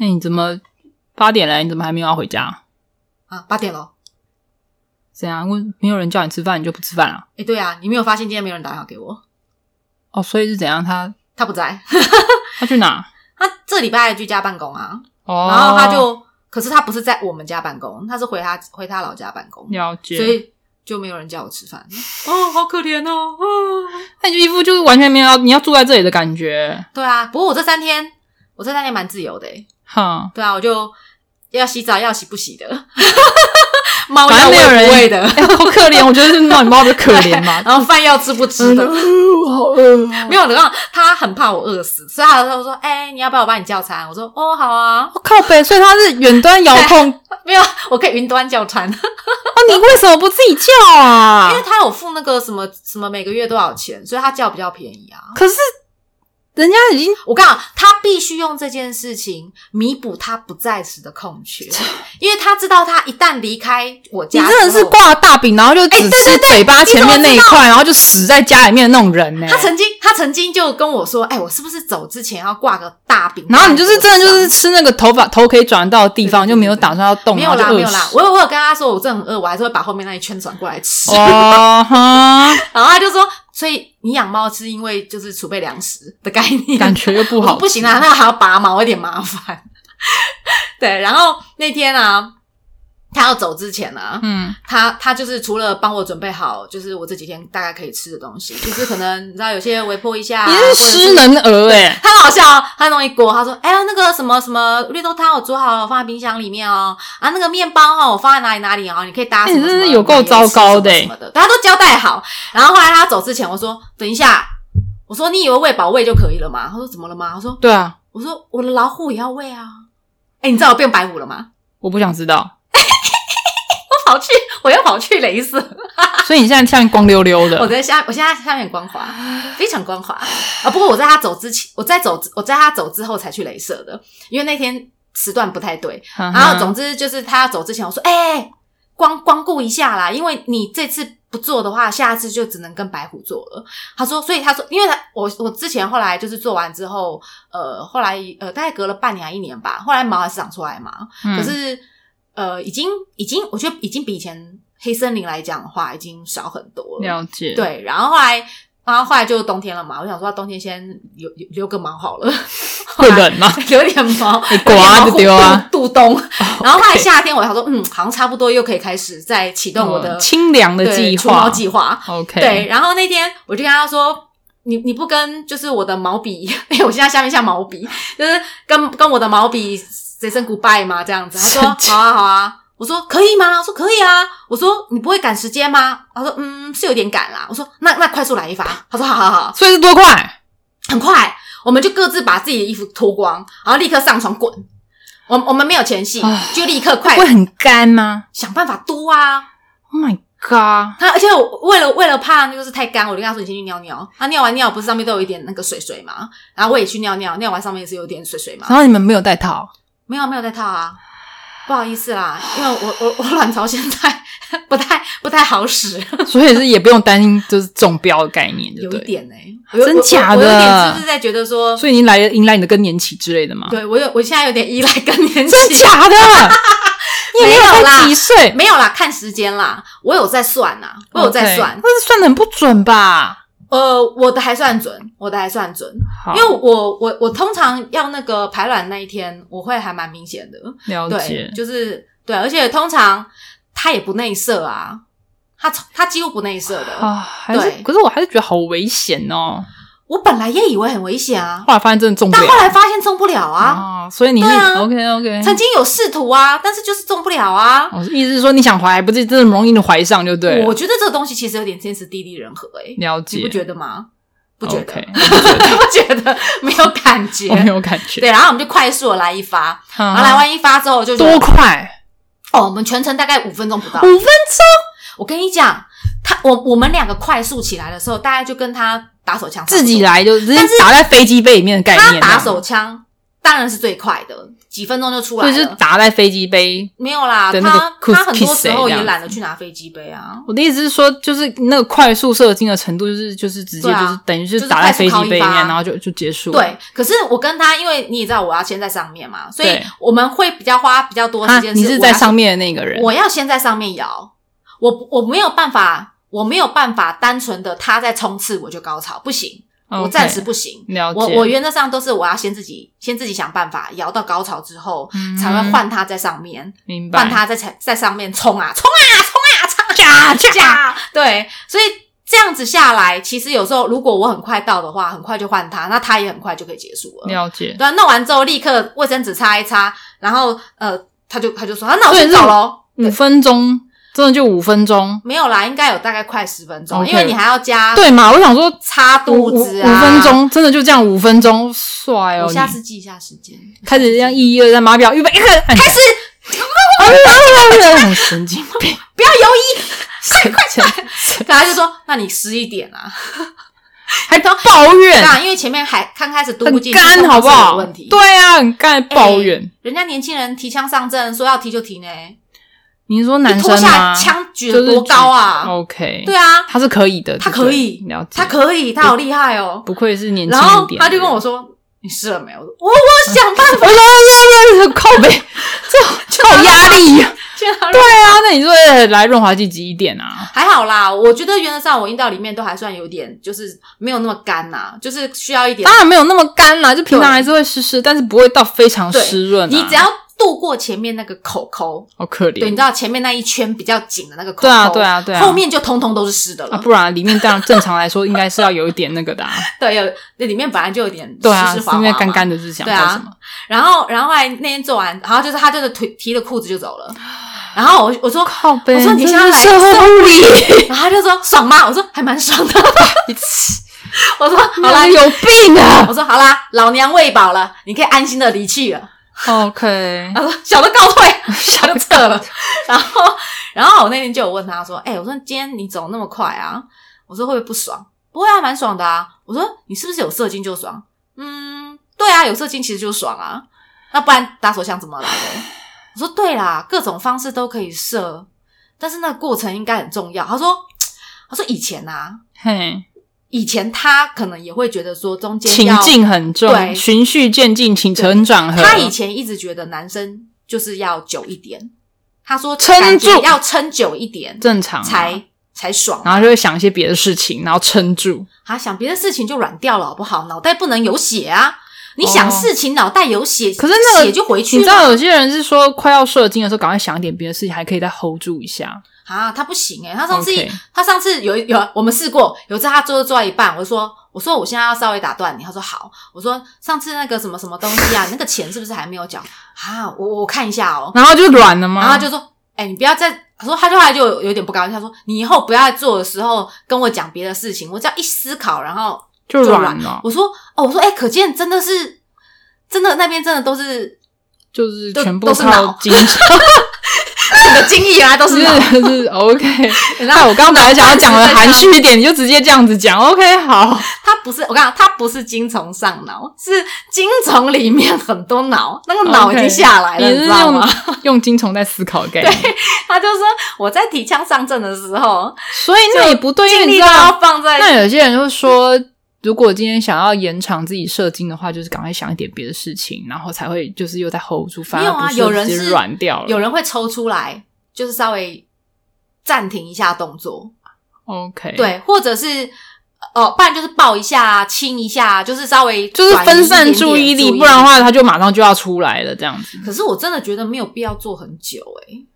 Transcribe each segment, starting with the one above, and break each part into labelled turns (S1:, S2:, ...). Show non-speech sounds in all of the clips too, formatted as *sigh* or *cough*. S1: 那哎你怎么八点来？你怎么还没有要回家？
S2: 啊，八点了。
S1: 怎样？问没有人叫你吃饭，你就不吃饭了？
S2: 哎，对啊，你没有发现今天没有人打电话给我？
S1: 哦，所以是怎样？他
S2: 他不在， *laughs*
S1: 他去哪？
S2: 他这礼拜居家办公啊。
S1: 哦，
S2: 然后他就，可是他不是在我们家办公，他是回他回他老家办公，
S1: 了解，
S2: 所以就没有人叫我吃饭。哦，好可怜哦。哦，
S1: 那你就一副就是完全没有要你要住在这里的感觉，
S2: 对啊，不过我这三天，我这三天蛮自由的诶。
S1: 哈。
S2: 对啊，我就要洗澡，要洗不洗的， *laughs* 猫
S1: 反
S2: 要
S1: 正没有
S2: 喂
S1: 人
S2: 不喂的，
S1: 哎、好可怜！我觉得是那你猫的可怜
S2: *laughs*
S1: *laughs* 嗯嘛，
S2: 然后饭要吃不吃的。
S1: 我好饿、哦。
S2: 没有，然后他很怕我饿死，所以他就说：“哎、你要不要我帮你叫餐？”我说：“哦，好啊，
S1: 我靠北，所以它是远端遥控啊！
S2: 没有，我可以云端叫餐。”
S1: 你为什么不自己叫啊
S2: 因为？他有付那个什么什么每个月多少钱，所以他叫比较便宜啊。
S1: 可是人家已经
S2: 我告诉你，他必须用这件事情弥补他不在时的空
S1: *laughs*
S2: 缺，因为他知道他一旦离开我
S1: 你
S2: 家，
S1: 真的是挂大饼，然后就只
S2: 哎对
S1: 吃嘴巴前面那一
S2: 你怎么
S1: 块，然后就死在家里面的那种人呢、
S2: 他曾经，他曾经就跟我说：“哎、我是不是走之前要挂个大饼？”
S1: 然后你就是真的就是吃那个头发头可以转到的地方，
S2: 对对对
S1: 就没有打算要动，
S2: 没有
S1: 然
S2: 啦，
S1: 后就饿
S2: 没有啦
S1: 死。
S2: 我有我有跟他说，我真的很饿，我还是会把后面那一圈转过来吃。
S1: 哦哈，
S2: 然后他就说：“所以你养猫是因为就是储备粮食的概念，
S1: 感觉又不
S2: *laughs* 我说
S1: 好，
S2: 不行啊，那还要拔毛，有点麻烦。 *laughs* 对，然后那天啊，他要走之前啊，
S1: 嗯，
S2: 他他就是除了帮我准备好，就是我这几天大概可以吃的东西，就是可能你知道有些微波一下啊，
S1: 你
S2: 或
S1: 是
S2: 者
S1: 失能儿哎、
S2: 他很好笑哦，他弄一锅，他说：“哎、呀，那个什么什么绿豆汤我哦煮好了，我放在冰箱里面哦。啊，那个面包哦，我放在哪里哪里哦，你可以搭什么
S1: 哎
S2: 什
S1: 你
S2: 么。
S1: 真是有够糟糕的
S2: 什么什么的，他都交代好。然后后来他走之前，我说：“等一下，我说你以为喂饱喂就可以了吗？”他说：“怎么了吗？”我说
S1: 对啊，：“
S2: 我说我的老虎也要喂啊。”哎，你知道我变白虎了吗？
S1: 我不想知道，
S2: 我跑去，我又跑去镭射，
S1: 所以你现在像光溜溜
S2: *laughs* 我
S1: 的，
S2: 在下，我现在下面很光滑，非常光滑啊。不过我在他走之前，我在走之，我在他走之后才去镭射的，因为那天时段不太对。
S1: 然
S2: 然后总之就是他要走之前，我说：“哎、光光顾一下啦，因为你这次不做的话，下次就只能跟白虎做了。”他说：“所以他说，因为他我我之前后来就是做完之后，呃，后来呃大概隔了半年还一年吧，后来毛还是长出来嘛，
S1: 嗯
S2: 可是呃已经已经我觉得已经比以前黑森林来讲的话，已经少很多了。
S1: 了解，，
S2: 对，然后后来。”然后后来就冬天了嘛，我想说冬天先留留留个毛好
S1: *laughs*
S2: 了，
S1: 会冷啊吗？
S2: *laughs* 留点毛，
S1: 你
S2: 有
S1: 哎刮
S2: 点毛
S1: 就丢啊
S2: 肚肚冬。然后后来夏天，我想说，嗯，好像差不多又可以开始再启动我
S1: 嗯 *laughs*
S2: 的、
S1: 清凉的
S2: 对
S1: 计
S2: 除毛
S1: 划
S2: 计划。
S1: ，OK，
S2: 对，，然后那天我就跟他说。你你不跟就是我的毛笔， *laughs* 因为我现在下面像毛笔，就是跟跟我的毛笔 say 声 goodbye 吗？这样子，他
S1: 神
S2: 说
S1: 经
S2: 好啊好啊，我说可以吗？他说可以啊，我说你不会赶时间吗？他说嗯是有点赶啦，我说那那快速来一发，他说好好好，
S1: 所以是多快？
S2: 很快，我们就各自把自己的衣服脱光，然后立刻上床滚。我我们没有前戏
S1: 啊，
S2: 就立刻快
S1: 会很干吗
S2: 想办法嘟啊！
S1: ？Oh my god！
S2: 他而且我为了为了怕那个是太干，我就跟他说你先去尿尿。他尿完尿不是上面都有一点那个水水嘛，然后我也去尿尿，尿完上面也是有点水水嘛。
S1: 然后你们没有带套，
S2: 没有没有戴套啊，不好意思啦，因为我我我卵巢现在 *laughs* 不太不太好使，
S1: 所以是也不用担心就是中标的概念，对
S2: *laughs* 有
S1: 不
S2: 一
S1: 对？
S2: 点呢、我有
S1: 真
S2: 我
S1: 假
S2: 我有点
S1: 的
S2: 是不是在觉得说，
S1: 所以你来迎来你的更年期之类的吗？
S2: 对我有我现在有点依赖更年期，
S1: 真
S2: *laughs*
S1: 假的？你也没有
S2: 没有啦
S1: 才几岁？
S2: 没有啦，看时间啦，我有在算啦，我有在
S1: OK，
S2: 算。
S1: 但是算的很不准吧？
S2: 呃，我的还算准，我的还算准，
S1: 好，
S2: 因为我我我通常要那个排卵那一天，我会还蛮明显的，
S1: 了
S2: 对
S1: 解，，
S2: 就是对，而且通常它也不内射啊，它它几乎不内射的。
S1: 啊，还是
S2: 对
S1: 可是我还是觉得好危险哦。
S2: 我本来也以为很危险啊，
S1: 后来发现真的中不
S2: 但后
S1: 了
S2: 来发现中不了啊，
S1: 啊，所以你是
S2: 对啊
S1: OK OK。
S2: 曾经有试图啊，但是就是中不了啊。
S1: 我意思是说，你想怀，不是真的容易你怀上就对了。
S2: 我觉得这个东西其实有点天时地利人和诶、
S1: 了
S2: 你
S1: 解，
S2: 不觉得吗？不觉 *laughs* 得
S1: OK，
S2: 不觉得没有感觉
S1: *laughs* 我没有感觉。
S2: 对，然后我们就快速的来一发，
S1: 好
S2: 然后来完一发之后就觉
S1: 多
S2: 得
S1: 快？
S2: 哦，我们全程大概五分钟不到
S1: 五。分
S2: 我跟你讲，他我我们两个快速起来的时候，大概就跟他打手枪差不多
S1: 自己，来就直接
S2: 但是
S1: 打在飞机杯里面的概啊
S2: 他
S1: 念。
S2: 打手枪当然是最快的，几分钟就出来
S1: 所
S2: 了。
S1: 以就是打在飞机杯。
S2: 没有啦，
S1: 的那个
S2: 他
S1: kiss-
S2: 他很多
S1: kiss
S2: 时
S1: 谁
S2: 候
S1: 这样
S2: 也
S1: 子
S2: 懒得去拿飞机杯啊，
S1: 我的意思是说，就是那个快速射精的程度，就是就是直接
S2: 对
S1: 就
S2: 啊
S1: 是等于就
S2: 就是是
S1: 打在飞机杯里
S2: 快速靠
S1: 面，
S2: 一发
S1: 然后就就结束。
S2: 对，，可是我跟他，因为你也知道我要先在上面嘛，所以
S1: 对
S2: 我们会比较花比较多
S1: 啊
S2: 时，间。
S1: 你是在上面的那个人，
S2: 我要，我要先在上面摇，我我没有办法，我没有办法单纯的他在冲刺我就高潮，不行，我
S1: OK，
S2: 暂时不行。
S1: 了解。
S2: 我我原则上都是我要先自己先自己想办法摇到高潮之后，
S1: 嗯
S2: 才会换他在上面，
S1: 明白
S2: 换他在在上面冲啊冲啊冲啊冲啊
S1: 假假，
S2: 架，对，所以这样子下来，其实有时候如果我很快到的话，很快就换他，那他也很快就可以结束了。
S1: 了解。
S2: 对啊，弄完之后立刻卫生纸擦一擦，然后呃，他就他就说，啊，那我
S1: 所以
S2: 先
S1: 是
S2: 走喽。
S1: 五分钟，真的就五分钟，
S2: 没有啦，应该有大概快十分钟
S1: OK
S2: 因为你还要加
S1: 对嘛？我想说
S2: 擦
S1: 五
S2: 肚子啊，
S1: 五五分。钟，真的就这样五分钟，帅哦！
S2: 我下
S1: 你
S2: 次记一下时间。 *laughs*
S1: 开始这样一一二三码表，预备，开始。很神经病，
S2: 不要犹豫，
S1: 快快快！
S2: 然后他就说：“那你湿一点啊。
S1: 还抱
S2: 对
S1: 怨，
S2: 啊，因为前面还刚开始嘟不
S1: 很
S2: 进去，
S1: 干，
S2: 那
S1: 好不
S2: 是有
S1: 好？
S2: 问题，，哎
S1: 对啊，很干，抱怨。
S2: 人家年轻人提枪上阵，说要提就提呢，
S1: 你说男
S2: 一脱
S1: 生吗
S2: 下？枪举
S1: 就
S2: 得
S1: 是
S2: 多高啊？
S1: OK，
S2: 对啊，
S1: 他是可以的，
S2: 他
S1: 对不
S2: 可
S1: 对
S2: 以
S1: 了解，
S2: 他可以，他好厉害哦。
S1: 不愧是年轻
S2: 然
S1: 一
S2: 后
S1: 点。
S2: 他就跟我，说：“你试了没有？”我说我我想办
S1: 我说哎要要要哎靠背，
S2: *laughs*
S1: 这好压力。
S2: 法
S1: 对啊，那你说来润滑剂挤一点啊？
S2: 还好啦，我觉得原则上我阴道里面都还算有点，就是没有那么干呐、就是需要一点。
S1: 当然没有那么干啦，就平常还是会湿湿，但是不会到非常湿润啊。
S2: 你只要度过前面那个口口，
S1: 好可
S2: 对，你
S1: 怜，
S2: 知道前面那一圈比较紧的那个口口，
S1: 对啊对啊对啊
S2: 后面就通通都是湿的了。
S1: 啊，不然里面当然正常来说应该是要有一点那个
S2: *laughs*
S1: 的啊。
S2: 对，有那里面本来就有点
S1: 对啊，是
S2: 湿湿滑滑
S1: 因
S2: 嘛
S1: 为干干的是想
S2: 对
S1: 干
S2: 啊
S1: 什么？
S2: 然后，然后后来那天做完，然后就是他就是提提着裤子就走了。然后我我说
S1: 靠背，
S2: 我说你
S1: 真
S2: 现
S1: 是
S2: 在来
S1: 售后不
S2: *laughs*
S1: 理，
S2: 然后他就说爽吗？我说还蛮爽的。我说 *laughs* 好啦
S1: 你，有病啊
S2: 我说好啦，老娘喂饱了，你可以安心的离去了。 *laughs*
S1: ！OK，
S2: 他说小的告退，
S1: 吓
S2: 他就撤了。 *laughs* 然后，然后我那天就有问他说：“哎、我说今天你走那么快啊？我说会不会不爽？不会啊，蛮爽的啊。我说你是不是有射精就爽？嗯，对啊，有射精其实就爽啊。那不然打手枪怎么来的？我说对啦，各种方式都可以射，但是那个过程应该很重要。他说，他说以前啊，
S1: 嘿，
S2: 以前他可能也会觉得说中间
S1: 情
S2: 要
S1: 境很重，
S2: 对
S1: 循序渐进，请成长和
S2: 他以前一直觉得男生就是要久一点，他说
S1: 撑
S2: 感觉
S1: 住
S2: 要撑久一点
S1: 正常啊
S2: 才才爽。
S1: 然后就会想一些别的事情，然后撑住。
S2: 他想别的事情就软掉了，好不好？脑袋不能有血啊！你想
S1: 哦
S2: 事情，脑袋有血，
S1: 可是那个
S2: 血就回去
S1: 你知
S2: 了
S1: 道有些人是说快要射精的时候，赶快想一点别的事情，还可以再 hold 住一下。
S2: 啊！他不行诶、他上次
S1: OK
S2: 他上次有一有我们试过，有一次他做做到一半，我说我说我现在要稍微打断你，他说好，我说上次那个什么什么东西啊，那个钱是不是还没有缴啊？我我看一下哦，
S1: 然后就软了吗？
S2: 然后他就说：“哎、你不要再。”他说：“他就后来就有有点不高兴，他说：‘你以后不要再做的时候跟我讲别的事情，我只要一思考，然后……’
S1: 就
S2: 就
S1: 软了，
S2: 我说：‘哦，我说，哎、可见真的是，真的那边真的都是
S1: 就是
S2: 就
S1: 全部
S2: 都是脑
S1: 靠精神，
S2: 整个精液啊， *laughs* 都是脑。
S1: *laughs* 就是就是 OK。
S2: *laughs* 然
S1: 嗯那
S2: 后
S1: 我刚本来想要讲的
S2: *laughs* 脑袋在
S1: 含
S2: 上
S1: 蓄一点，你就直接这样子讲，OK，好，
S2: 他不是我跟你讲，他不是精虫上脑，是精虫里面很多脑，那个脑已
S1: OK
S2: 经下来了
S1: 你
S2: 你
S1: 是
S2: 知道
S1: 用
S2: 吗？
S1: 用精虫在思考的概
S2: *laughs*
S1: 念，
S2: 他就说我在提枪上阵的时候，
S1: 所以那也不对，因为
S2: 精
S1: 你
S2: 力
S1: 知
S2: 都
S1: 道，
S2: 要放在
S1: 那有些人就说，如果今天想要延长自己射精的话，就是赶快想一点别的事情，然后才会就是又在 hold 住，反
S2: 没有
S1: 而
S2: 啊
S1: 不
S2: 有人
S1: 直接
S2: 是
S1: 软掉了。
S2: 有人会抽出来，就是稍微暂停一下动作，
S1: OK，，
S2: 对，或者是哦，不然就是抱一下啊、亲一下啊，就是稍微
S1: 就是分散
S2: 注
S1: 注意力，不然的。话他就马上就要出来了这样子。
S2: 可是我真的觉得没有必要做很久诶、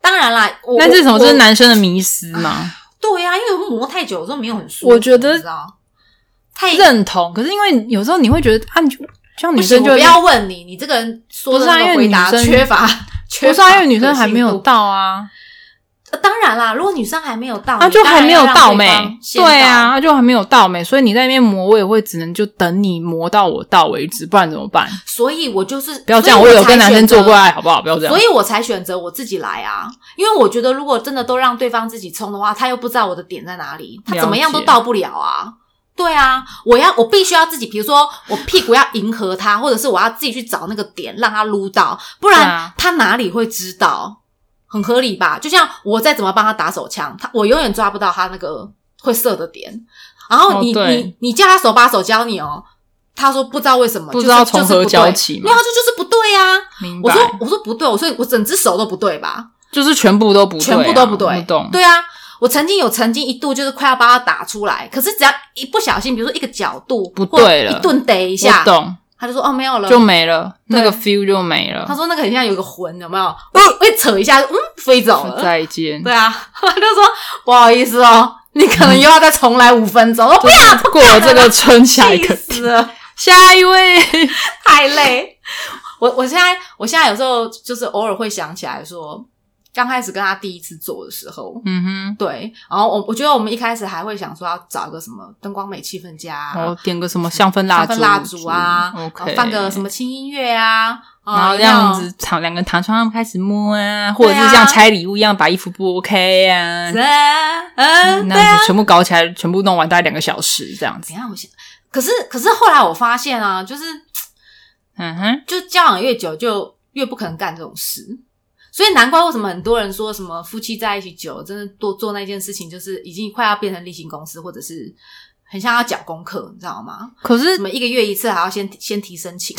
S2: 当然啦，我
S1: 那这种
S2: 我
S1: 就是男生的迷思嘛，
S2: 对啊呀、因为磨太久，有时候没有很舒服。
S1: 我觉得
S2: 你知道太
S1: 认同。可是因为有时候你会觉得啊，你就像
S2: 不
S1: 女
S2: 行，
S1: 生
S2: 我
S1: 就
S2: 不要问你，你这个人说的
S1: 不是啊
S2: 那个
S1: 因为
S2: 回答
S1: 女生
S2: 缺乏，缺
S1: 不是
S2: 乏
S1: 啊，因为女生还没
S2: 可
S1: 有
S2: 信度
S1: 到啊，
S2: 呃当然啦，如果女生还没有到，
S1: 啊
S2: 你
S1: 就
S2: 当
S1: 还
S2: 然
S1: 没
S2: 要
S1: 有
S2: 让
S1: 到
S2: 对
S1: 没
S2: 方，先
S1: 对啊，
S2: 到，
S1: 啊就还没有到没，所以你在那边磨，我也会只能就等你磨到我到为止，不然怎么办？
S2: 所以我就是
S1: 不要这样，
S2: 所
S1: 我
S2: 以我
S1: 有跟
S2: 才
S1: 男生
S2: 选择
S1: 做过啊爱，好不好？不要这样
S2: 所。以我才选择我自己来啊，因为我觉得如果真的都让对方自己冲的话，他又不知道我的点在哪里，他怎么样都到不了啊。对啊，我要我必须要自己，比如说我屁股要迎合他，或者是我要自己去找那个点让他撸到，不
S1: 对
S2: 然
S1: 啊
S2: 他哪里会知道？很合理吧？就像我再怎么帮他打手枪，他我永远抓不到他那个会射的点。然后你、
S1: 哦对
S2: 你你叫他手把手教你哦，他说不知道为什么，
S1: 不知道
S2: 就是
S1: 从何教起
S2: 就是不
S1: 嘛
S2: 对没有，他就就是不对呀、啊。
S1: 明
S2: 我
S1: 白，
S2: 说我说不对，我说我整只手都不对吧？
S1: 就是全部都不对啊、
S2: 全部都不对，
S1: 不懂，
S2: 对啊，我曾经有曾经一度就是快要把它打出来，可是只要一不小心，比如说一个角度
S1: 不对了
S2: 或一顿逮一
S1: 不
S2: 下，
S1: 懂
S2: 他就说哦没有了，
S1: 就没了，
S2: 对
S1: 那个 feel 就没了。
S2: 他说那个很像有一个魂，有没有？我我一扯一下，嗯，飞走了。
S1: 再见，
S2: 对啊，他就说不好意思哦，你可能又要再重来五分钟，我
S1: *laughs*
S2: 不要，
S1: 过了这个村，下一
S2: 气
S1: 个，
S2: 死了。
S1: 下一位，
S2: 太累。我我现在我现在有时候就是偶尔会想起来说，刚开始跟他第一次做的时候，
S1: 嗯
S2: 对，然后我我觉得我们一开始还会想说要找一个什么灯光美气氛家、
S1: 哼，
S2: 啊，
S1: 然后点哦个什么香氛蜡
S2: 香
S1: 烛，
S2: 氛蜡烛啊，然后
S1: ，OK，
S2: 放个什么轻音乐啊，
S1: 然后
S2: 啊
S1: 这样子躺两个人躺床上开始摸啊，或者
S2: 对
S1: 是
S2: 啊
S1: 像拆礼物一样把衣服剥开啊
S2: 有没有，啊嗯，对
S1: 那
S2: 啊。
S1: 就全部搞起来，全部弄完大概两个小时这样子
S2: 怎。样？我想，可是可是后来我发现啊，就是
S1: 嗯哼，
S2: 就交往越久，就越不可能干这种事。所以难怪为什么很多人说什么夫妻在一起久，真的多做那件事情，就是已经快要变成例行公事，或者是很像要缴功课，你知道吗？
S1: 可是
S2: 什么一个月一次，还要先先提申请，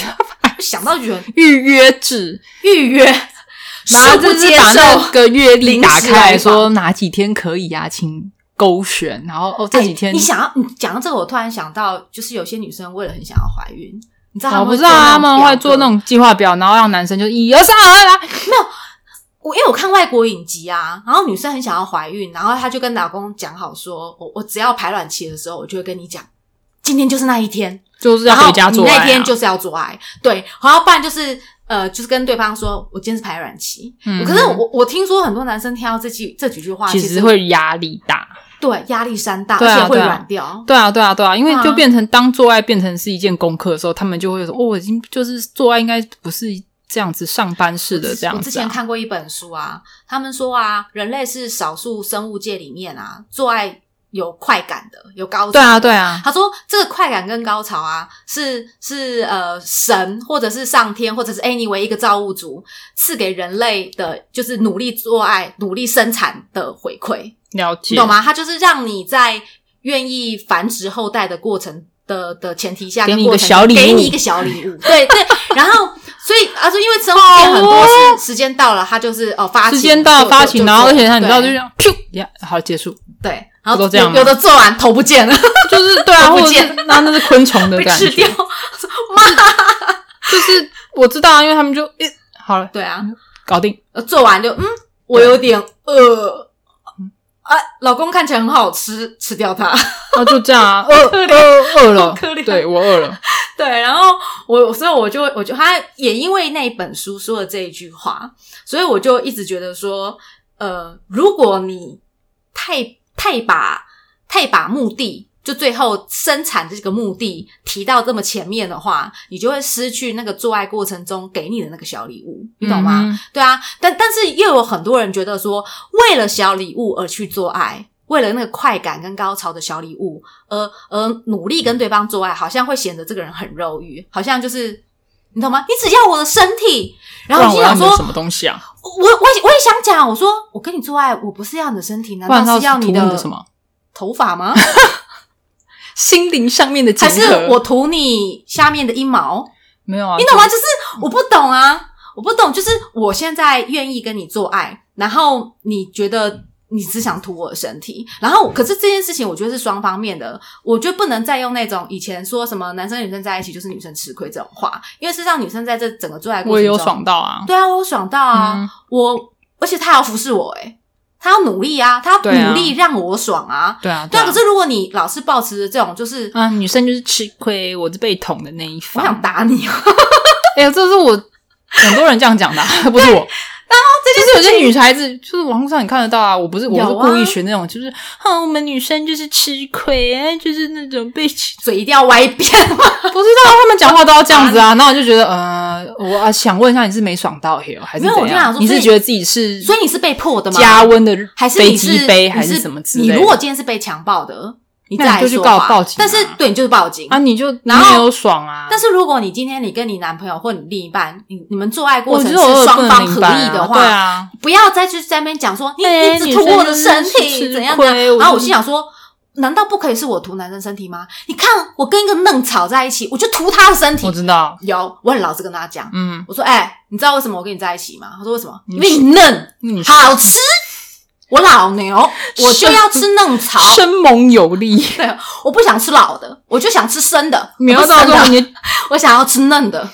S2: *laughs* 想到人
S1: 预约制，
S2: 预约，
S1: *laughs* 然后
S2: 殊不
S1: 就是
S2: 接
S1: 把
S2: 受
S1: 那。个月历打
S2: 临时
S1: 开
S2: 来访
S1: 来说哪几天可以啊，请勾选。然后哦，这几天
S2: 哎你想要你讲到这个，我突然想到，就是有些女生为了很想要怀孕，你知道她
S1: 我
S2: 们
S1: 不
S2: 会
S1: 知道啊他们会做
S2: 做那
S1: 那
S2: 种表格。
S1: 种计划表，然后让男生就一二三来来，
S2: 我因为我看外国影集啊，然后女生很想要怀孕，然后她就跟老公讲好说，我我只要排卵期的时候，我就会跟你讲，今天就是那一天，
S1: 就是要
S2: 然后
S1: 回家做
S2: 你
S1: 爱啊。
S2: 那天就是要做爱，对，然后不然就是呃，就是跟对方说我今天是排卵期。
S1: 嗯
S2: 可是我我听说很多男生听到这句这几句话，
S1: 其
S2: 其
S1: 实会压力大。
S2: 对压力山大，
S1: 对啊
S2: 而且会
S1: 对啊
S2: 软掉。
S1: 对啊，对啊，对啊，因为
S2: 对啊
S1: 就变成当做爱变成是一件功课的时候，他们就会说：“哦，我已经就是做爱应该不是这样子上班式的这样
S2: 我之
S1: 子、
S2: 前
S1: 啊。
S2: 看过一本书啊，他们说啊，人类是少数生物界里面啊，做爱有快感的，有高”潮。
S1: 对啊，对。啊，
S2: 他说：“这个快感跟高潮啊，是是呃神或者是上天或者是 anyway 一个造物主赐给人类的，就是努力做爱、努力生产的回馈。
S1: 了
S2: 你
S1: 解，
S2: 懂？吗？它就是让你在愿意繁殖后代的过程的的前提下，
S1: 给你
S2: 跟过
S1: 一个
S2: 程
S1: 小礼物
S2: 给你一个小礼
S1: *laughs*
S2: 物，对对。然后，所以啊，就因为生活很多是时间到了，它就是哦发
S1: 哦
S2: 情，
S1: 时间到
S2: 就
S1: 了发情，
S2: 就
S1: 然后而且他你
S2: 对
S1: 知道就这样，咻，呀，好结束，
S2: 对，然后
S1: 都这样
S2: 有
S1: 吗
S2: 有的做完头不见了，
S1: *laughs* 就是 *laughs* 对啊，
S2: 都
S1: 或
S2: 不
S1: 者
S2: 见
S1: 是那那是昆虫 *laughs* 的
S2: *laughs* 被
S1: 感
S2: 吃
S1: 觉，
S2: 掉。
S1: 就是我知道啊，因为他们就诶、好了，
S2: 对啊，
S1: 搞定，
S2: 呃做完就嗯，我有点饿。
S1: 嗯
S2: 啊，老公看起来很好吃，吃掉它。
S1: 然后就这样 *laughs* 啊，饿饿饿了
S2: 可怜，
S1: 对我饿 *laughs* 了，
S2: *laughs* 对，然后我所以我就我就他也因为那一本书说了这一句话，所以我就一直觉得说，呃，如果你太太把太把目的就最后生产这个目的提到这么前面的话，你就会失去那个做爱过程中给你的那个小礼物，你懂吗？
S1: 嗯哼？
S2: 对啊，但但是又有很多人觉得说，为了小礼物而去做爱，为了那个快感跟高潮的小礼物，而而努力跟对方做爱，好像会显得这个人很肉欲，好像就是你懂吗？你只要我的身体，然后
S1: 不
S2: 就
S1: 然我要
S2: 想
S1: 你
S2: 说
S1: 的，什么东西啊？
S2: 我我也我也想讲，我说我跟你做爱，我不是要你的身体，难
S1: 不然
S2: 道是要
S1: 图
S2: 你的
S1: 的什么？
S2: 头
S1: *laughs*
S2: 发吗？
S1: *laughs* 心灵上面的结
S2: 还
S1: 合
S2: 是我涂你下面的阴毛？
S1: 没有啊？
S2: 你懂吗？就是我不懂啊，我不懂，就是我现在愿意跟你做爱，然后你觉得你只想图我的身体，然后可是这件事情我觉得是双方面的，我觉得不能再用那种以前说什么男生女生在一起就是女生吃亏这种话，因为事实上女生在这整个做爱过
S1: 我
S2: 程
S1: 也
S2: 中，
S1: 有爽到啊，
S2: 对啊，我有爽到啊，
S1: 嗯
S2: 我而且他还要服侍我、欸，诶他要努力啊，他
S1: 对啊
S2: 要努力让我爽啊。
S1: 对啊，
S2: 对啊，
S1: 啊
S2: 可是如果你老是保持着这种，就是、
S1: 啊，女生就是吃亏，我是被捅的那一
S2: 我
S1: 方。
S2: 想打你 *laughs* 啊，
S1: 哎呀，这是我很多人这样讲的啊、 *laughs* 不是我。然后这就是有些女孩子，就是网络上你看得到啊，我不是，我
S2: 有
S1: 是
S2: 啊
S1: 故意学那种，就是，哼，我们女生就是吃亏，哎就是那种被吃，
S2: 嘴一定要歪一边嘛。
S1: 不知 *laughs* 道他们讲话都要这样子 *laughs* 啊，那我就觉得，呃，我啊想问一下，你是没爽到嘿哦，还是
S2: 没有我
S1: 怎
S2: 就想
S1: 样
S2: 说？
S1: 你
S2: 所
S1: 是
S2: 以
S1: 觉得自己是
S2: 所以你是被迫的吗？
S1: 加温的
S2: 还是
S1: 飞
S2: 你
S1: 机
S2: 是
S1: 杯
S2: 你
S1: 还
S2: 是
S1: 什么之类的？
S2: 你如果今天是被强暴的，你
S1: 那
S2: 再来
S1: 你就去
S2: 说
S1: 告
S2: 话
S1: 报警
S2: 但是
S1: 啊
S2: 对，你就是报警
S1: 啊，你就你
S2: 然后
S1: 也有爽啊，
S2: 但是如果你今天你跟你男朋友或你另一半，你你们做爱过
S1: 我
S2: 程
S1: 觉
S2: 是
S1: 得我
S2: 双方合
S1: 明
S2: 意
S1: 白
S2: 的
S1: 对
S2: 话，
S1: 啊，
S2: 不要再去在那边讲说你、
S1: 哎
S2: 你
S1: 女
S2: 只涂
S1: 生
S2: 我的
S1: 真
S2: 身
S1: 是
S2: 体
S1: 吃
S2: 怎样怎
S1: 亏
S2: 样，
S1: 我
S2: 然后我
S1: 真
S2: 心想说。难道不可以是我涂男生身体吗？你看我跟一个嫩草在一起，我就涂他的身体
S1: 我。知道，
S2: 有，我很老实跟他讲，
S1: 嗯，
S2: 我说：“哎、你知道为什么我跟你在一起吗？”他说：“为什么？
S1: 嗯
S2: 因为你嫩，
S1: 你
S2: 好吃。我老牛，我就要吃嫩草，
S1: 生猛有力，
S2: 对，我不想吃老的，我就想吃生的。
S1: 你要
S2: 我不
S1: 到
S2: 生
S1: 时候
S2: 的，
S1: 你，
S2: 我想要吃嫩的。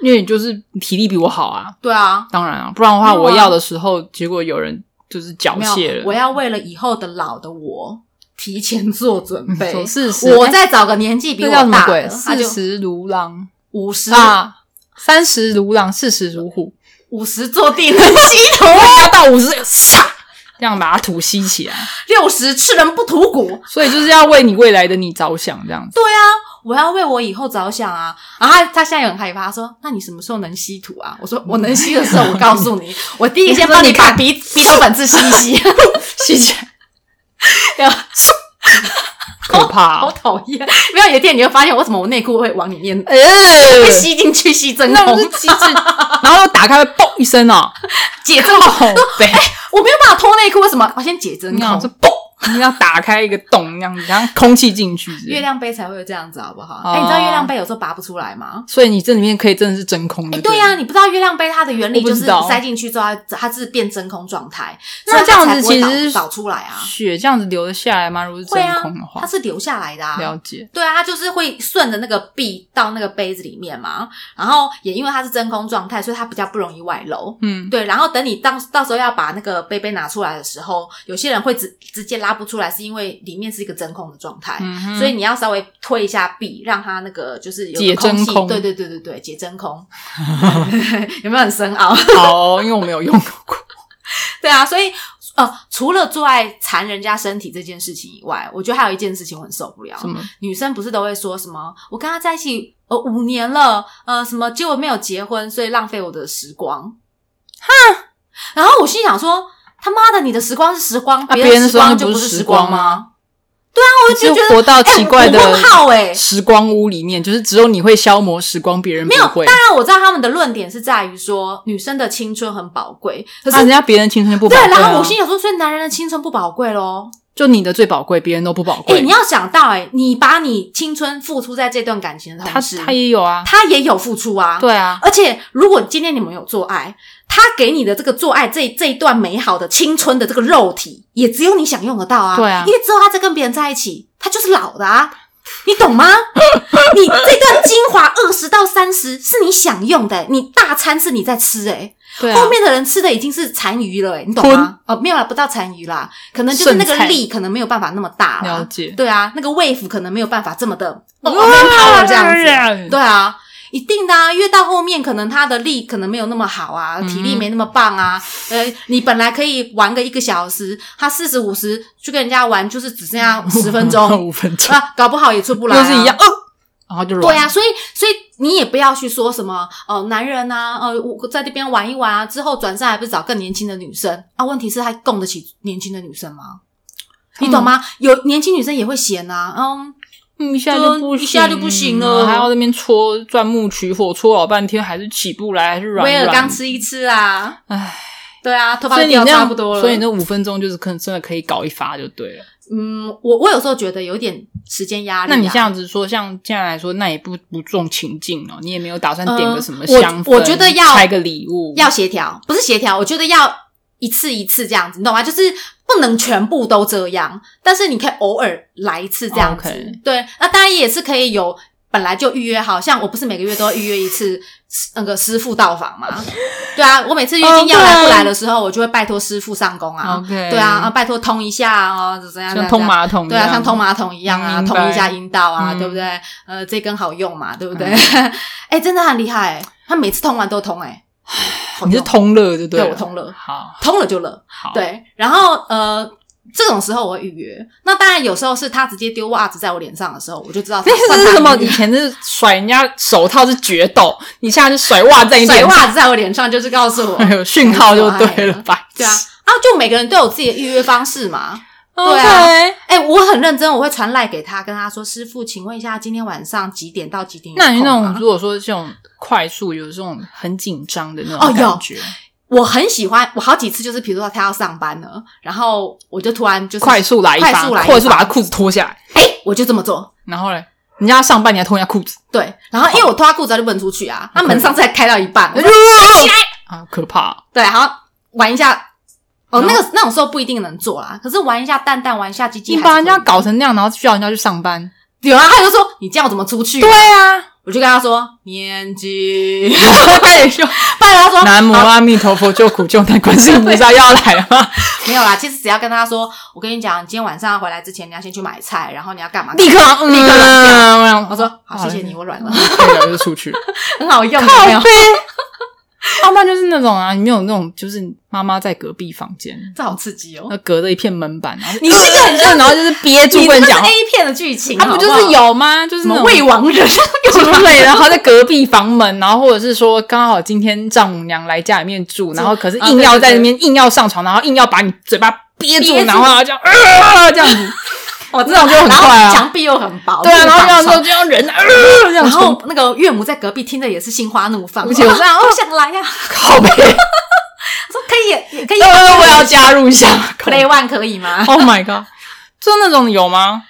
S1: 因为你就是体力比我好啊，
S2: 对啊，
S1: 当然啊，不然的话
S2: 没有啊
S1: 我要的时候，结果有人就是缴
S2: 没
S1: 械
S2: 有，啊
S1: 了，
S2: 我要为了以后的老的我提前做准
S1: 嗯
S2: 备
S1: 说。四十，
S2: 我
S1: 哎
S2: 再找个年纪比
S1: 这
S2: 我
S1: 叫什么
S2: 大的，
S1: 鬼？
S2: 他
S1: 四
S2: 就
S1: 十如狼
S2: 五十
S1: 啊，三十如狼，四十如虎，
S2: 五十坐地能吸啊土，
S1: 要到五十，唰，这样把它吐吸起来。
S2: *laughs* 六十吃人不吐骨。
S1: 所以就是要为你未来的你着想，这样子。
S2: 我要为我以后着想啊！然后他他现在也很害怕，他说：“那你什么时候能吸土啊？”我说：“我能吸的时候，我告诉你，我第一先帮你把笔笔记本字吸一吸。
S1: 谢谢，
S2: 对啊”
S1: 可怕、
S2: *laughs* 好
S1: 哦。
S2: 讨厌！ *laughs* 没有有一天你会发现，为什么我内裤会往里面
S1: 呃，
S2: 会吸进去吸真
S1: 那不
S2: 空
S1: 是？机制， *laughs* 然后又打开，嘣一声
S2: *laughs*
S1: 哦，
S2: 解真空， *laughs*
S1: 好呗，
S2: 我没有办法脱内裤，为什么？我先解真
S1: 你
S2: *laughs*
S1: 想是
S2: 空。
S1: 嘣，你要打开一个洞，那样子，然后空气进去之类的。
S2: 月亮杯才会有这样子，好不好？
S1: 哦
S2: 哎、你知道月亮杯有时候拔不出来吗？
S1: 所以你这里面可以真的是真空
S2: 哎、
S1: 的。
S2: 对呀、你不知道月亮杯它的原理
S1: 哦我不
S2: 就
S1: 知
S2: 是
S1: 道
S2: 塞进去之后，它它是变真空状态，
S1: 那
S2: 所以它
S1: 这样子
S2: 才不会
S1: 其
S2: 导
S1: 实
S2: 导出来啊，
S1: 血这样子流得下来吗？如果是
S2: 会
S1: 真
S2: 啊
S1: 空的，话，
S2: 它是流下来的
S1: 了
S2: 啊。
S1: 解。
S2: 对啊，它就是会顺着那个壁到那个杯子里面嘛，然后也因为它是真空状态，所以它比较不容易外漏。
S1: 嗯，
S2: 对，然后等你到到时候要把那个杯杯拿出来的时候，有些人会直直接拉不出来，是因为里面是一个真空的状态，
S1: 嗯哼
S2: 所以你要稍微推一下壁，让它那个就是有个
S1: 解
S2: 空
S1: 真
S2: 气
S1: 空
S2: 对对对对对，解真
S1: *laughs*
S2: 空， *laughs* 有没有很深奥？ *laughs*
S1: 好哦，因为我没有用过。
S2: 对啊，所以呃，除了做爱缠人家身体这件事情以外，我觉得还有一件事情我很受不了，
S1: 什么？
S2: 女生不是都会说什么我跟他在一起呃五年了，呃什么结果没有结婚，所以浪费我的时光。哼！然后我心想说，他妈的，你的时光是时光，
S1: 啊
S2: 的
S1: 别人的
S2: 时光
S1: 时光
S2: 就
S1: 就不
S2: 是
S1: 是
S2: 时
S1: 时光
S2: 光吗？
S1: 你
S2: 对啊，我就觉
S1: 就
S2: 得
S1: 活到
S2: 哎
S1: 奇怪的
S2: 我问号哎、
S1: 时光屋里面，就是只有你会消磨时光，别人不
S2: 没有，
S1: 会。
S2: 当然我知道他们的论点是在于说女生的青春很宝贵，可是、
S1: 啊，人家别人青春不宝
S2: 对
S1: 贵、啊，，
S2: 然后我心想说，所以男人的青春不宝贵喽？
S1: 就你的最宝贵，别人都不宝
S2: 哎、
S1: 贵。
S2: 你要想到哎、你把你青春付出在这段感情的
S1: 他
S2: 同时，
S1: 他也有啊，
S2: 他也有付出啊，
S1: 对啊，
S2: 而且，如果今天你们有做爱，他给你的这个做爱这这一段美好的青春的这个肉体，也只有你享用得到啊。
S1: 对啊
S2: 因为之后他再跟别人在一起，他就是老的啊，你懂吗？ *laughs* 你这段精华二十到三十是你享用的、你大餐是你在吃、欸，
S1: 对啊，
S2: 后面的人吃的已经是残余了、欸，你懂吗？哦，没有啦，不到残余啦，可能就是那个
S1: 剩菜
S2: 力可能没有办法那么大
S1: 了
S2: 啦。
S1: 解。
S2: 对啊，那个 wave 可能没有办法这么的哦 power 这样子。对啊，一定的啊，越到后面可能他的力可能没有那么好啊，
S1: 嗯
S2: 体力没那么棒啊。呃，你本来可以玩个一个小时，他四十五十去跟人家玩，就是只剩下十
S1: *laughs*
S2: 分钟
S1: 五分钟，
S2: 啊，搞不好也出不来、
S1: 又
S2: 啊，
S1: 是一样，。呃，然后就软
S2: 对啊，，所以所以你也不要去说什么哦，男人啊，呃，我在这边玩一玩啊，之后转身还不是找更年轻的女生啊？问题是他供得起年轻的女生吗？你懂
S1: 嗯
S2: 吗？有年轻女生也会嫌啊，嗯，
S1: 嗯，一下就不行，
S2: 一下就不行了
S1: 还要在那边搓钻木取火，搓老半天还是起不来，还是软
S2: 威
S1: 软
S2: 尔
S1: 的。
S2: 刚吃一吃啊，
S1: 唉，
S2: 对啊，头发
S1: 所
S2: 都
S1: 以你
S2: 掉
S1: 那
S2: 差
S1: 样
S2: 不多了。
S1: 所以那五分钟就是可能真的可以搞一发就对了。
S2: 嗯，我我有时候觉得有点时间压力啊、
S1: 那你这样子说，像这样来说，那也不不重情境哦，你也没有打算点个什么
S2: 呃我
S1: 香氛，
S2: 我觉得要
S1: 开个礼物，
S2: 要协调，不是协调，我觉得要一次一次这样子，你懂吗？就是不能全部都这样，但是你可以偶尔来一次这样子。
S1: 哦 OK
S2: 对，那当然也是可以有。本来就预约好，像我不是每个月都要预约一次师那个师傅到访吗？对啊，我每次月
S1: 哦
S2: 经要来不来的时候，我就会拜托师傅上工啊。
S1: 啊 OK
S2: 对啊，啊拜托通一下啊，怎样怎
S1: 像
S2: 样
S1: 通马桶一
S2: 对啊，
S1: 样，嗯
S2: 像通马桶一样啊，
S1: 明
S2: 通
S1: 白
S2: 一下阴道啊，
S1: 嗯
S2: 对不对？呃，这根好用嘛，对不对？ *laughs* 哎、真的很厉害、他每次通完都
S1: *sighs*
S2: 通、哎，好
S1: 你是
S2: 用
S1: 通乐对不
S2: 对
S1: 对了
S2: 我通了，
S1: 好，
S2: 通了就了。
S1: 好，，
S2: 对，然后呃，这种时候我会预约。那当然有时候是他直接丢袜子在我脸上的时候，我就知
S1: *laughs* *laughs*
S2: 道
S1: 这
S2: 算
S1: 是
S2: 他
S1: 什么？
S2: 预
S1: 以
S2: 约
S1: 前是甩人家手套是决斗，你现在就甩袜在你
S2: 甩
S1: 脸上，
S2: 袜子在我脸上，就是告
S1: *laughs*
S2: 诉我， *laughs*
S1: 哎呦，讯号就对了吧？白痴 *laughs*
S2: 啊对啊，，啊，就每个人都有自己的预约方式嘛。对啊
S1: OK
S2: 哎、我很认真，我会传赖给他，跟他说：“师傅，请问一下，今天晚上几点到几点有
S1: 那
S2: 空啊
S1: 你
S2: 吗？”
S1: 那种如果说这种快速有这种很紧张的那
S2: 哦
S1: 种
S2: 有
S1: 感觉，
S2: 我很喜欢，我好几次就是，比如说他要上班了，然后我就突然就是
S1: 快速来一
S2: 快
S1: 发，
S2: 速来一发
S1: 或者是把他裤子脱下来，
S2: 哎、我就这么做。
S1: 然后嘞，人家上班你还脱人家裤子，
S2: 对，然后因为我脱他裤子他就不能出去啊，他门上次还开到一半，
S1: 哎
S2: 我就
S1: 啊，可怕！
S2: 对，然后玩一下。哦，
S1: 然
S2: 那
S1: 后
S2: 个那种时候不一定能做啦，可是玩一下蛋蛋，玩一下鸡鸡，
S1: 你把人家搞成那样，然后需要人家去上
S2: *laughs*
S1: 班，
S2: 有啊，他就说你这样我怎么出去？，
S1: 啊，
S2: 我就跟他说
S1: *laughs*
S2: 年纪，
S1: 对，就
S2: 不然他说
S1: 南无阿弥陀佛，救苦救难，观世音菩萨要来了吗？
S2: 没有啦，其实只要跟他说，我跟你讲，今天晚上回来之前你要先去买菜，然后你要干嘛？
S1: 立刻，
S2: *laughs* 立刻软掉。
S1: *laughs* 嗯，我想
S2: *laughs* 我说好，谢谢你，，我软了，
S1: 可以了，就出去。
S2: 很好用，有
S1: 靠
S2: 没有？
S1: 背，要不然就是那种啊，你没有那种，就是妈妈在隔壁房间，
S2: 这好刺激哦！
S1: 那隔着一片门板，然后就
S2: 你是一个很
S1: *laughs* 呃然后 *laughs* 就是憋住
S2: 你
S1: 不能
S2: 这个是
S1: 讲话，
S2: A 片的剧情，
S1: 他不就是有吗？就是
S2: 什
S1: 那
S2: 么
S1: 种
S2: *laughs* 未亡
S1: *laughs*
S2: 人
S1: 之类的，然后在隔壁房门，然后或者是说刚好今天丈母娘来家里面住，然后可是
S2: 啊
S1: 硬要
S2: 对对
S1: 在那边硬要上床，然后硬要把你嘴巴憋住
S2: 憋，住
S1: 然后这样呃这样子，
S2: *laughs* 我
S1: 这种就很快啊
S2: 墙壁又很薄，
S1: 对啊，然后这样
S2: 就
S1: 说
S2: 是
S1: 这样人呃这样
S2: 挡窗，然
S1: 冲
S2: 后那个岳母在隔壁听着也是心花怒放，
S1: 而且我
S2: 说啊我想来
S1: *laughs*
S2: 呀，
S1: 靠背，
S2: 我说可以，也可以啊
S1: 呃我要加入一下
S2: *laughs* play one 可以吗？
S1: ，Oh my god，就那种有吗？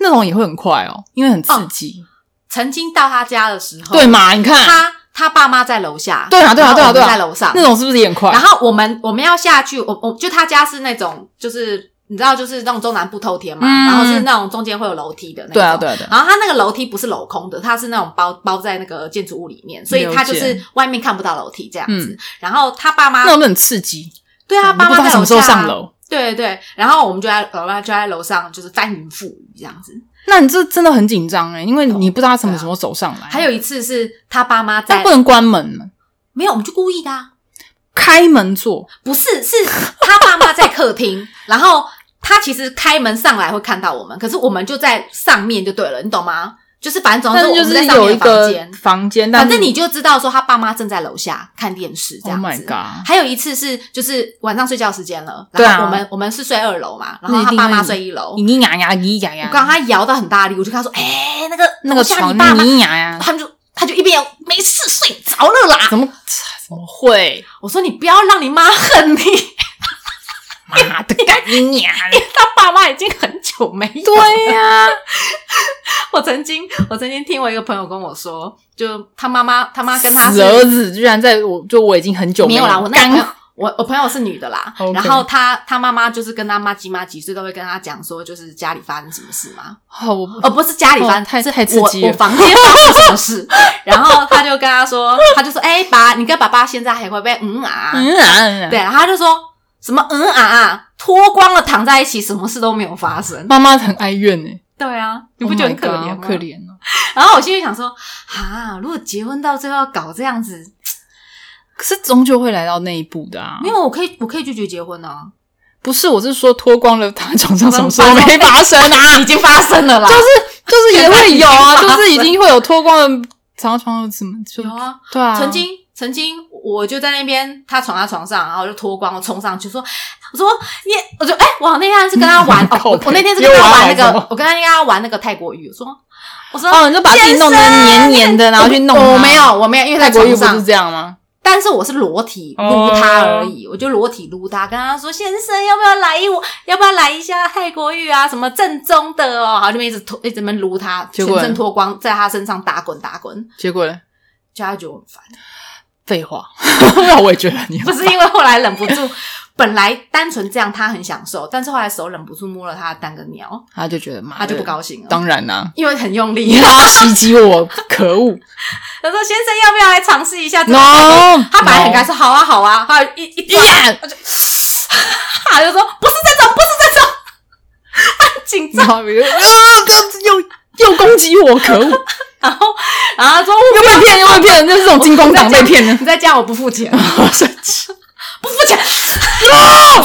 S1: 那种也会很快哦，因为很刺激，
S2: 曾经到他家的时候，
S1: 对嘛？你看
S2: 他他爸妈在楼下，
S1: 对啊对啊
S2: 然后
S1: 对啊
S2: 我们
S1: 对啊
S2: 在楼上，
S1: 那种是不是也很快
S2: 然？后我们我们要下去，我我就他家是那种就是。你知道，就是那种中南部透天嘛，
S1: 嗯
S2: 然后是那种中间会有楼梯的那种。
S1: 对啊对啊对啊
S2: 然后它那个楼梯不是镂空的，它是那种包包在那个建筑物里面，所以它就是
S1: 了嗯
S2: 外面看不到楼梯这样子。然后他爸妈
S1: 那，种很刺激，
S2: 对啊，
S1: 你不
S2: 爸
S1: 知
S2: 妈
S1: 道
S2: 在
S1: 他什么时
S2: 楼
S1: 候
S2: 下啊
S1: 上。楼。
S2: 对对对，然后我们就在我妈就在楼上就是翻云覆雨这样子。
S1: 那你这真的很紧张哎，因为你不知道他什么时候走上来。
S2: 还有一次是他爸妈
S1: 但
S2: 在
S1: 不，能关门嘛，
S2: 没有，我们就故意的、啊。
S1: 开门做。
S2: 不是，是他爸妈在客厅，然后他其实开门上来会看到我们，可是我们就在上面就对了，你懂吗？就是反正总
S1: 但
S2: 之
S1: 是
S2: 哦我
S1: 就
S2: 们在
S1: 是
S2: 上
S1: 有一
S2: 面的房
S1: 个
S2: 间，
S1: 房间，但
S2: 反
S1: 是
S2: 正你就知道说他爸妈正在楼下看电视这
S1: Oh
S2: 样
S1: my
S2: 子。
S1: god！
S2: 还有一次是就是晚上睡觉时间了，
S1: 对啊
S2: 然后我们、我们是睡二楼嘛，然
S1: 那
S2: 后
S1: 一
S2: 他
S1: 定
S2: 爸妈
S1: 会
S2: 睡一楼。
S1: 你牙牙你牙牙，
S2: 哦我刚刚他摇到很大力，我就跟他说：“哎、那个
S1: 那
S2: 楼
S1: 个
S2: 下
S1: 床
S2: 你爸妈，
S1: 你牙
S2: *laughs*
S1: 牙，
S2: 他们就他就一边摇没事睡着了啦。
S1: 怎么怎么会？”
S2: 我说：“你不要让你妈恨你。”
S1: 妈的，干你牙！
S2: *laughs* 他爸妈已经很久没有。
S1: 对啊呀，
S2: 我曾经，我曾经听我一个朋友跟我说，就他妈妈，他妈跟他
S1: 死
S2: 是
S1: 儿子居然在我就我已经很久
S2: 没有
S1: 有
S2: 啦，我那个
S1: 干
S2: 朋友我我朋友是女的啦
S1: OK
S2: 然后她她妈妈就是跟她妈鸡妈几岁都会跟她讲说，就是家里发生什么事嘛，
S1: 哦我
S2: 哦，不是家里发生、
S1: 哦太
S2: 是
S1: 太刺激了
S2: 我我房间发生什
S1: *laughs*
S2: 么事，然后他就跟她说，他就说，哎、爸，你跟爸爸现在还会不会嗯啊？
S1: 嗯啊，
S2: 对，然后他就说什么嗯啊啊，脱光了躺在一起，什么事都没有发生。
S1: 妈妈很哀怨哎，
S2: 对啊，你不觉得很可
S1: Oh my god，
S2: 怜吗？
S1: 好可怜哦。
S2: 然后我心里想说，啊，如果结婚到最后要搞这样子，
S1: 可是终究会来到那一步的啊
S2: 没。有，我可以，我可以拒绝结婚啊，
S1: 不是，我是说脱光了躺在床上，什么事都
S2: 我们
S1: 没发生啊，
S2: 已经发生了
S1: *laughs*
S2: 啦。
S1: 就是就是 *laughs* 也会有啊，
S2: 现
S1: 就
S2: 在已经发生
S1: 是已经会有脱光的躺在床上怎么就
S2: 有啊，
S1: 对啊，
S2: 曾经曾经我就在那边，他躺在床上，然后我就脱光，我冲上去说，我说你，我就哎、我那天是跟他玩，
S1: *laughs*
S2: 哦、
S1: 靠
S2: 我
S1: 北
S2: 我那天是跟他玩那
S1: 又玩什
S2: 个
S1: 么，
S2: 我跟他跟他玩那个泰国浴，我说我说
S1: 哦，你就把自己弄得黏黏的，然后去弄啊它
S2: 我没有，我没有，因为
S1: 泰
S2: 在
S1: 国浴不
S2: 床上
S1: 是这样吗？
S2: 但是我是裸体撸他而
S1: 哦
S2: 已，我就裸体撸他，跟他说先生要不要来一我要不要来一下泰国浴啊，什么正宗的哦，然后就一直脱一直闷撸他，
S1: 结
S2: 全
S1: 果呢
S2: 身脱光在他身上打滚打滚，
S1: 结果呢？
S2: 叫他觉得我很烦，
S1: 废话，那 *laughs* 我也觉得你
S2: 不是因为后来忍不住， *laughs* 本来单纯这样他很享受，但是后来手忍不住摸了他的蛋跟鸟，
S1: 他就觉得妈的，
S2: 他就不高兴了。
S1: 当然啦，
S2: 因为很用力 *laughs*
S1: 因，为他要袭击我，可 *laughs* 恶
S2: 他说：“先生，要不要来尝试一下这个
S1: ！No，
S2: 他本来很开
S1: 心，
S2: 心，好啊好啊，他一一抓
S1: Yeah！
S2: 他就说：“不是这种，不是这种。” *laughs* 很紧张。
S1: 然后我就啊，这样子 *laughs* 又又攻击我，可恶！又
S2: 然后， *laughs* 然后他啊说我
S1: 被 *laughs* 骗，又被骗，就是这种金工党被骗 *laughs* 的，
S2: 你再这样我不付钱，
S1: 好生气，
S2: 不付 *laughs* 钱，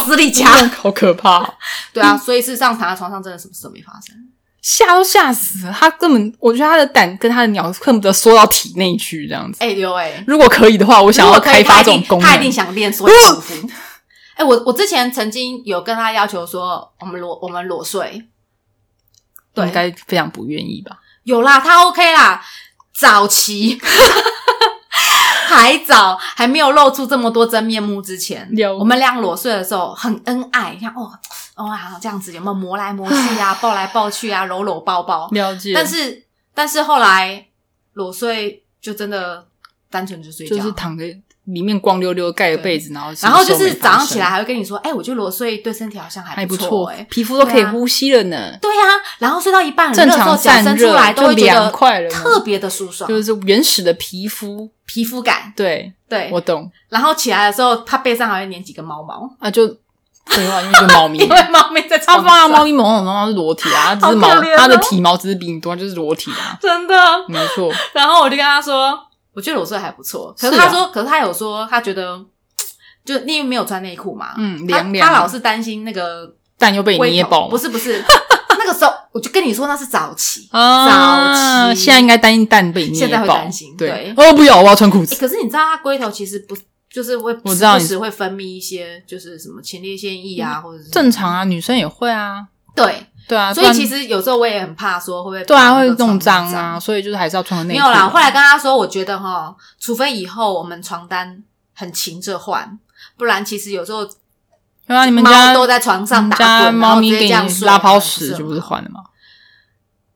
S2: 死里夹。
S1: *laughs* 好可怕哦！
S2: 对啊，所以事实上躺在床上真的什么事都没发生。
S1: 吓都吓死了，他根本，我觉得他的胆跟他的鸟恨不得缩到体内去这样子。
S2: 哎、有哎、欸，
S1: 如果可以的话，我想
S2: 如
S1: 要
S2: 果可以
S1: 开发这种
S2: 他一定
S1: 功
S2: 他一定
S1: 能。
S2: 想练所有功夫。哎、我我之前曾经有跟他要求说，我们裸我们裸睡，对
S1: 应该非常不愿意吧？
S2: 有啦，他 OK 啦，早期 *laughs* 还早，还没有露出这么多真面目之前，
S1: 有
S2: 我们俩裸睡的时候很恩爱，像哦哦啊这样子，有没有磨来磨去
S1: *laughs*
S2: 啊，抱来抱去啊，搂搂抱抱，
S1: 了解，
S2: 但是但是后来裸睡就真的单纯就睡觉，
S1: 就是躺在里面光溜溜盖个被子，然后
S2: 啊然后就
S1: 什么
S2: 是
S1: 事都没发生
S2: 早上起来还会跟你说，哎、我觉得裸睡对身体好像
S1: 还
S2: 不
S1: 不
S2: 错、
S1: 错
S2: 哎，，
S1: 皮肤都可以
S2: 对啊
S1: 呼吸了呢，
S2: 对呀、然后睡到一半，很
S1: 正
S2: 热的时候
S1: 常
S2: 脚
S1: 散
S2: 伸出
S1: 热
S2: 来都
S1: 就
S2: 会觉
S1: 凉快
S2: 得
S1: 了呢
S2: 特别的舒爽，
S1: 就是原始的皮肤。
S2: 皮肤感。
S1: 对，
S2: 对，
S1: 我懂
S2: 然后起来的时候，它背上还会粘几个毛毛，
S1: 啊，就废话，因为就猫咪
S2: 因。 *laughs* 为猫咪在
S1: 它放
S2: 床
S1: 在
S2: 上，
S1: 猫咪毛上，它是裸体啊，它只是毛
S2: 好可怜哦，
S1: 它的体毛只是比你多，它就是裸体啊，
S2: 真的。
S1: 没错。
S2: 然后我就跟他说，我觉得裸睡还不错，可是
S1: 是啊
S2: 他说，可是他有说，他觉得就因为没有穿内裤嘛，
S1: 嗯
S2: 他
S1: 凉凉
S2: 他老是担心那个
S1: 蛋又被你
S2: 龟
S1: 捏
S2: 头
S1: 爆，
S2: 不
S1: 是
S2: 是不是，那个时候我就跟你说那是早
S1: *laughs*
S2: 期。
S1: 啊？
S2: 早期
S1: 现在应该担心蛋被你捏
S2: 现在会
S1: 爆
S2: 担心
S1: 对
S2: 对。
S1: 哦，不要，我要穿裤
S2: 诶
S1: 子。
S2: 可是你知道，它龟头其实不就是会
S1: 我知道
S2: 时
S1: 你
S2: 不时会分泌一些就是什么前列腺液啊，或者是
S1: 正常啊，女生也会啊，
S2: 对。
S1: 对啊。
S2: 所
S1: 不
S2: 以
S1: 然
S2: 其实有时候我也很怕说会不会
S1: 对啊，
S2: 把那
S1: 会
S2: 个
S1: 弄
S2: 床
S1: 脏啊，。所以就是还是要穿个内
S2: 没
S1: 裤
S2: 有
S1: 啊。
S2: 啦，我后来跟他说，我觉得哈，除非以后我们床单很勤着换，不然其实有时候
S1: 对啊，你们
S2: 猫
S1: 家
S2: 都在床上
S1: 你们
S2: 打滚，
S1: 家
S2: 然后
S1: 猫咪
S2: 直接
S1: 给
S2: 这
S1: 你
S2: 样睡
S1: 拉泡
S2: 很
S1: 屎就不
S2: 很
S1: 是
S2: 好
S1: 换了吗？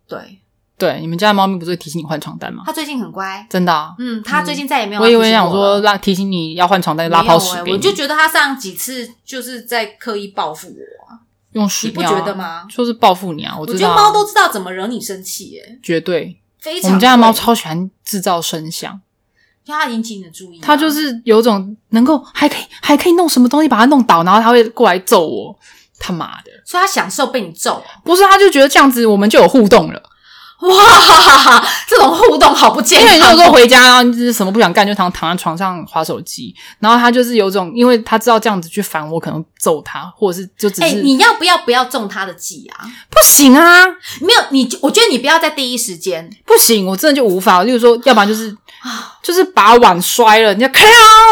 S2: 对，
S1: 对，你们家的猫咪不是会提醒你换床单吗？
S2: 他最近很乖，
S1: 真的啊，
S2: 嗯，他最近再也没有
S1: 我
S2: 要
S1: 以
S2: 提
S1: 为
S2: 醒
S1: 想
S2: 我
S1: 说
S2: 了
S1: 拉提醒你要换床单，
S2: 没有
S1: 拉泡屎
S2: 欸
S1: 给
S2: 我
S1: 你，
S2: 就觉得他上几次就是在刻意报复我啊，
S1: 用屎
S2: 你不
S1: 尿啊
S2: 觉得吗
S1: 就是报复你啊！我
S2: 我
S1: 知
S2: 觉
S1: 道
S2: 得
S1: 啊，
S2: 猫都知道怎么惹你生气，哎，
S1: 绝对。
S2: 非常
S1: 我们家的猫
S2: 会，
S1: 超喜欢制造声响，
S2: 就它引起你的注意啊，
S1: 它就是有种能够还可以还可以弄什么东西把它弄倒，然后它会过来揍我。他妈的，
S2: 所以它享受被你揍啊， *laughs*
S1: 不是，它就觉得这样子我们就有互动了。
S2: 哇，这种互动好不健
S1: 因为
S2: 康，
S1: 你有时候回家，然后你就是什么不想干，就躺躺在床上划手机。然后他就是有种，因为他知道这样子去烦我，可能揍他，或者是就只
S2: 哎、
S1: 是、
S2: 你要不要不要中他的计啊？
S1: 不行啊，
S2: 没有你就，我觉得你不要在第一时间
S1: 不行，我真的就无法。例如说，要不然就是
S2: 啊，就是
S1: 就是把碗摔了，人家咔，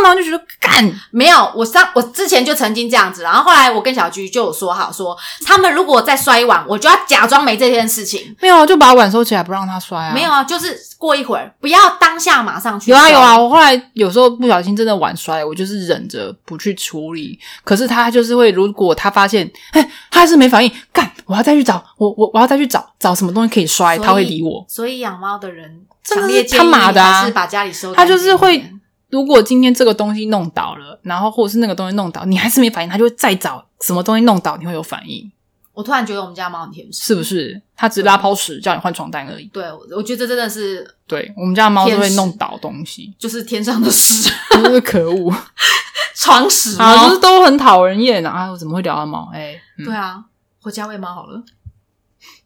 S1: 然后就觉得干，
S2: 没有。我上我之前就曾经这样子，然后后来我跟小菊就有说好说，他们如果再摔碗，我就要假装没这件事情。
S1: 没有啊，就把碗收起来，不让他摔啊。
S2: 没有啊，就是过一会儿，不要当下马上去。
S1: 有啊有啊，，我后来有时候不小心真的碗摔了，我就是忍着不去处理。可是他就是会，如果他发现，哎，他还是没反应，干，我要再去找，我我我要再去找找什么东西可以摔，
S2: 所以
S1: 他会理我。
S2: 所以养猫的人
S1: 真的
S2: 强
S1: 是
S2: 烈建议
S1: 他妈的啊
S2: 还是把家里收。
S1: 他就是会，如果今天这个东西弄倒了，然后或者是那个东西弄倒，你还是没反应，他就会再找什么东西弄倒，你会有反应，
S2: 我突然觉得我们家猫很甜食，
S1: 是不？是？他只是拉泡屎叫你换床单而已。
S2: 对，我我觉得这真的是
S1: 对我们家的猫都
S2: 天
S1: 会
S2: 使
S1: 弄倒东西，
S2: 就是天上的屎， *laughs*
S1: 真是可恶 *laughs*
S2: 床屎
S1: 啊！
S2: 猫。
S1: 就是都很讨人厌啊！我怎么会聊到猫？哎、嗯
S2: 对啊，回家喂猫好了。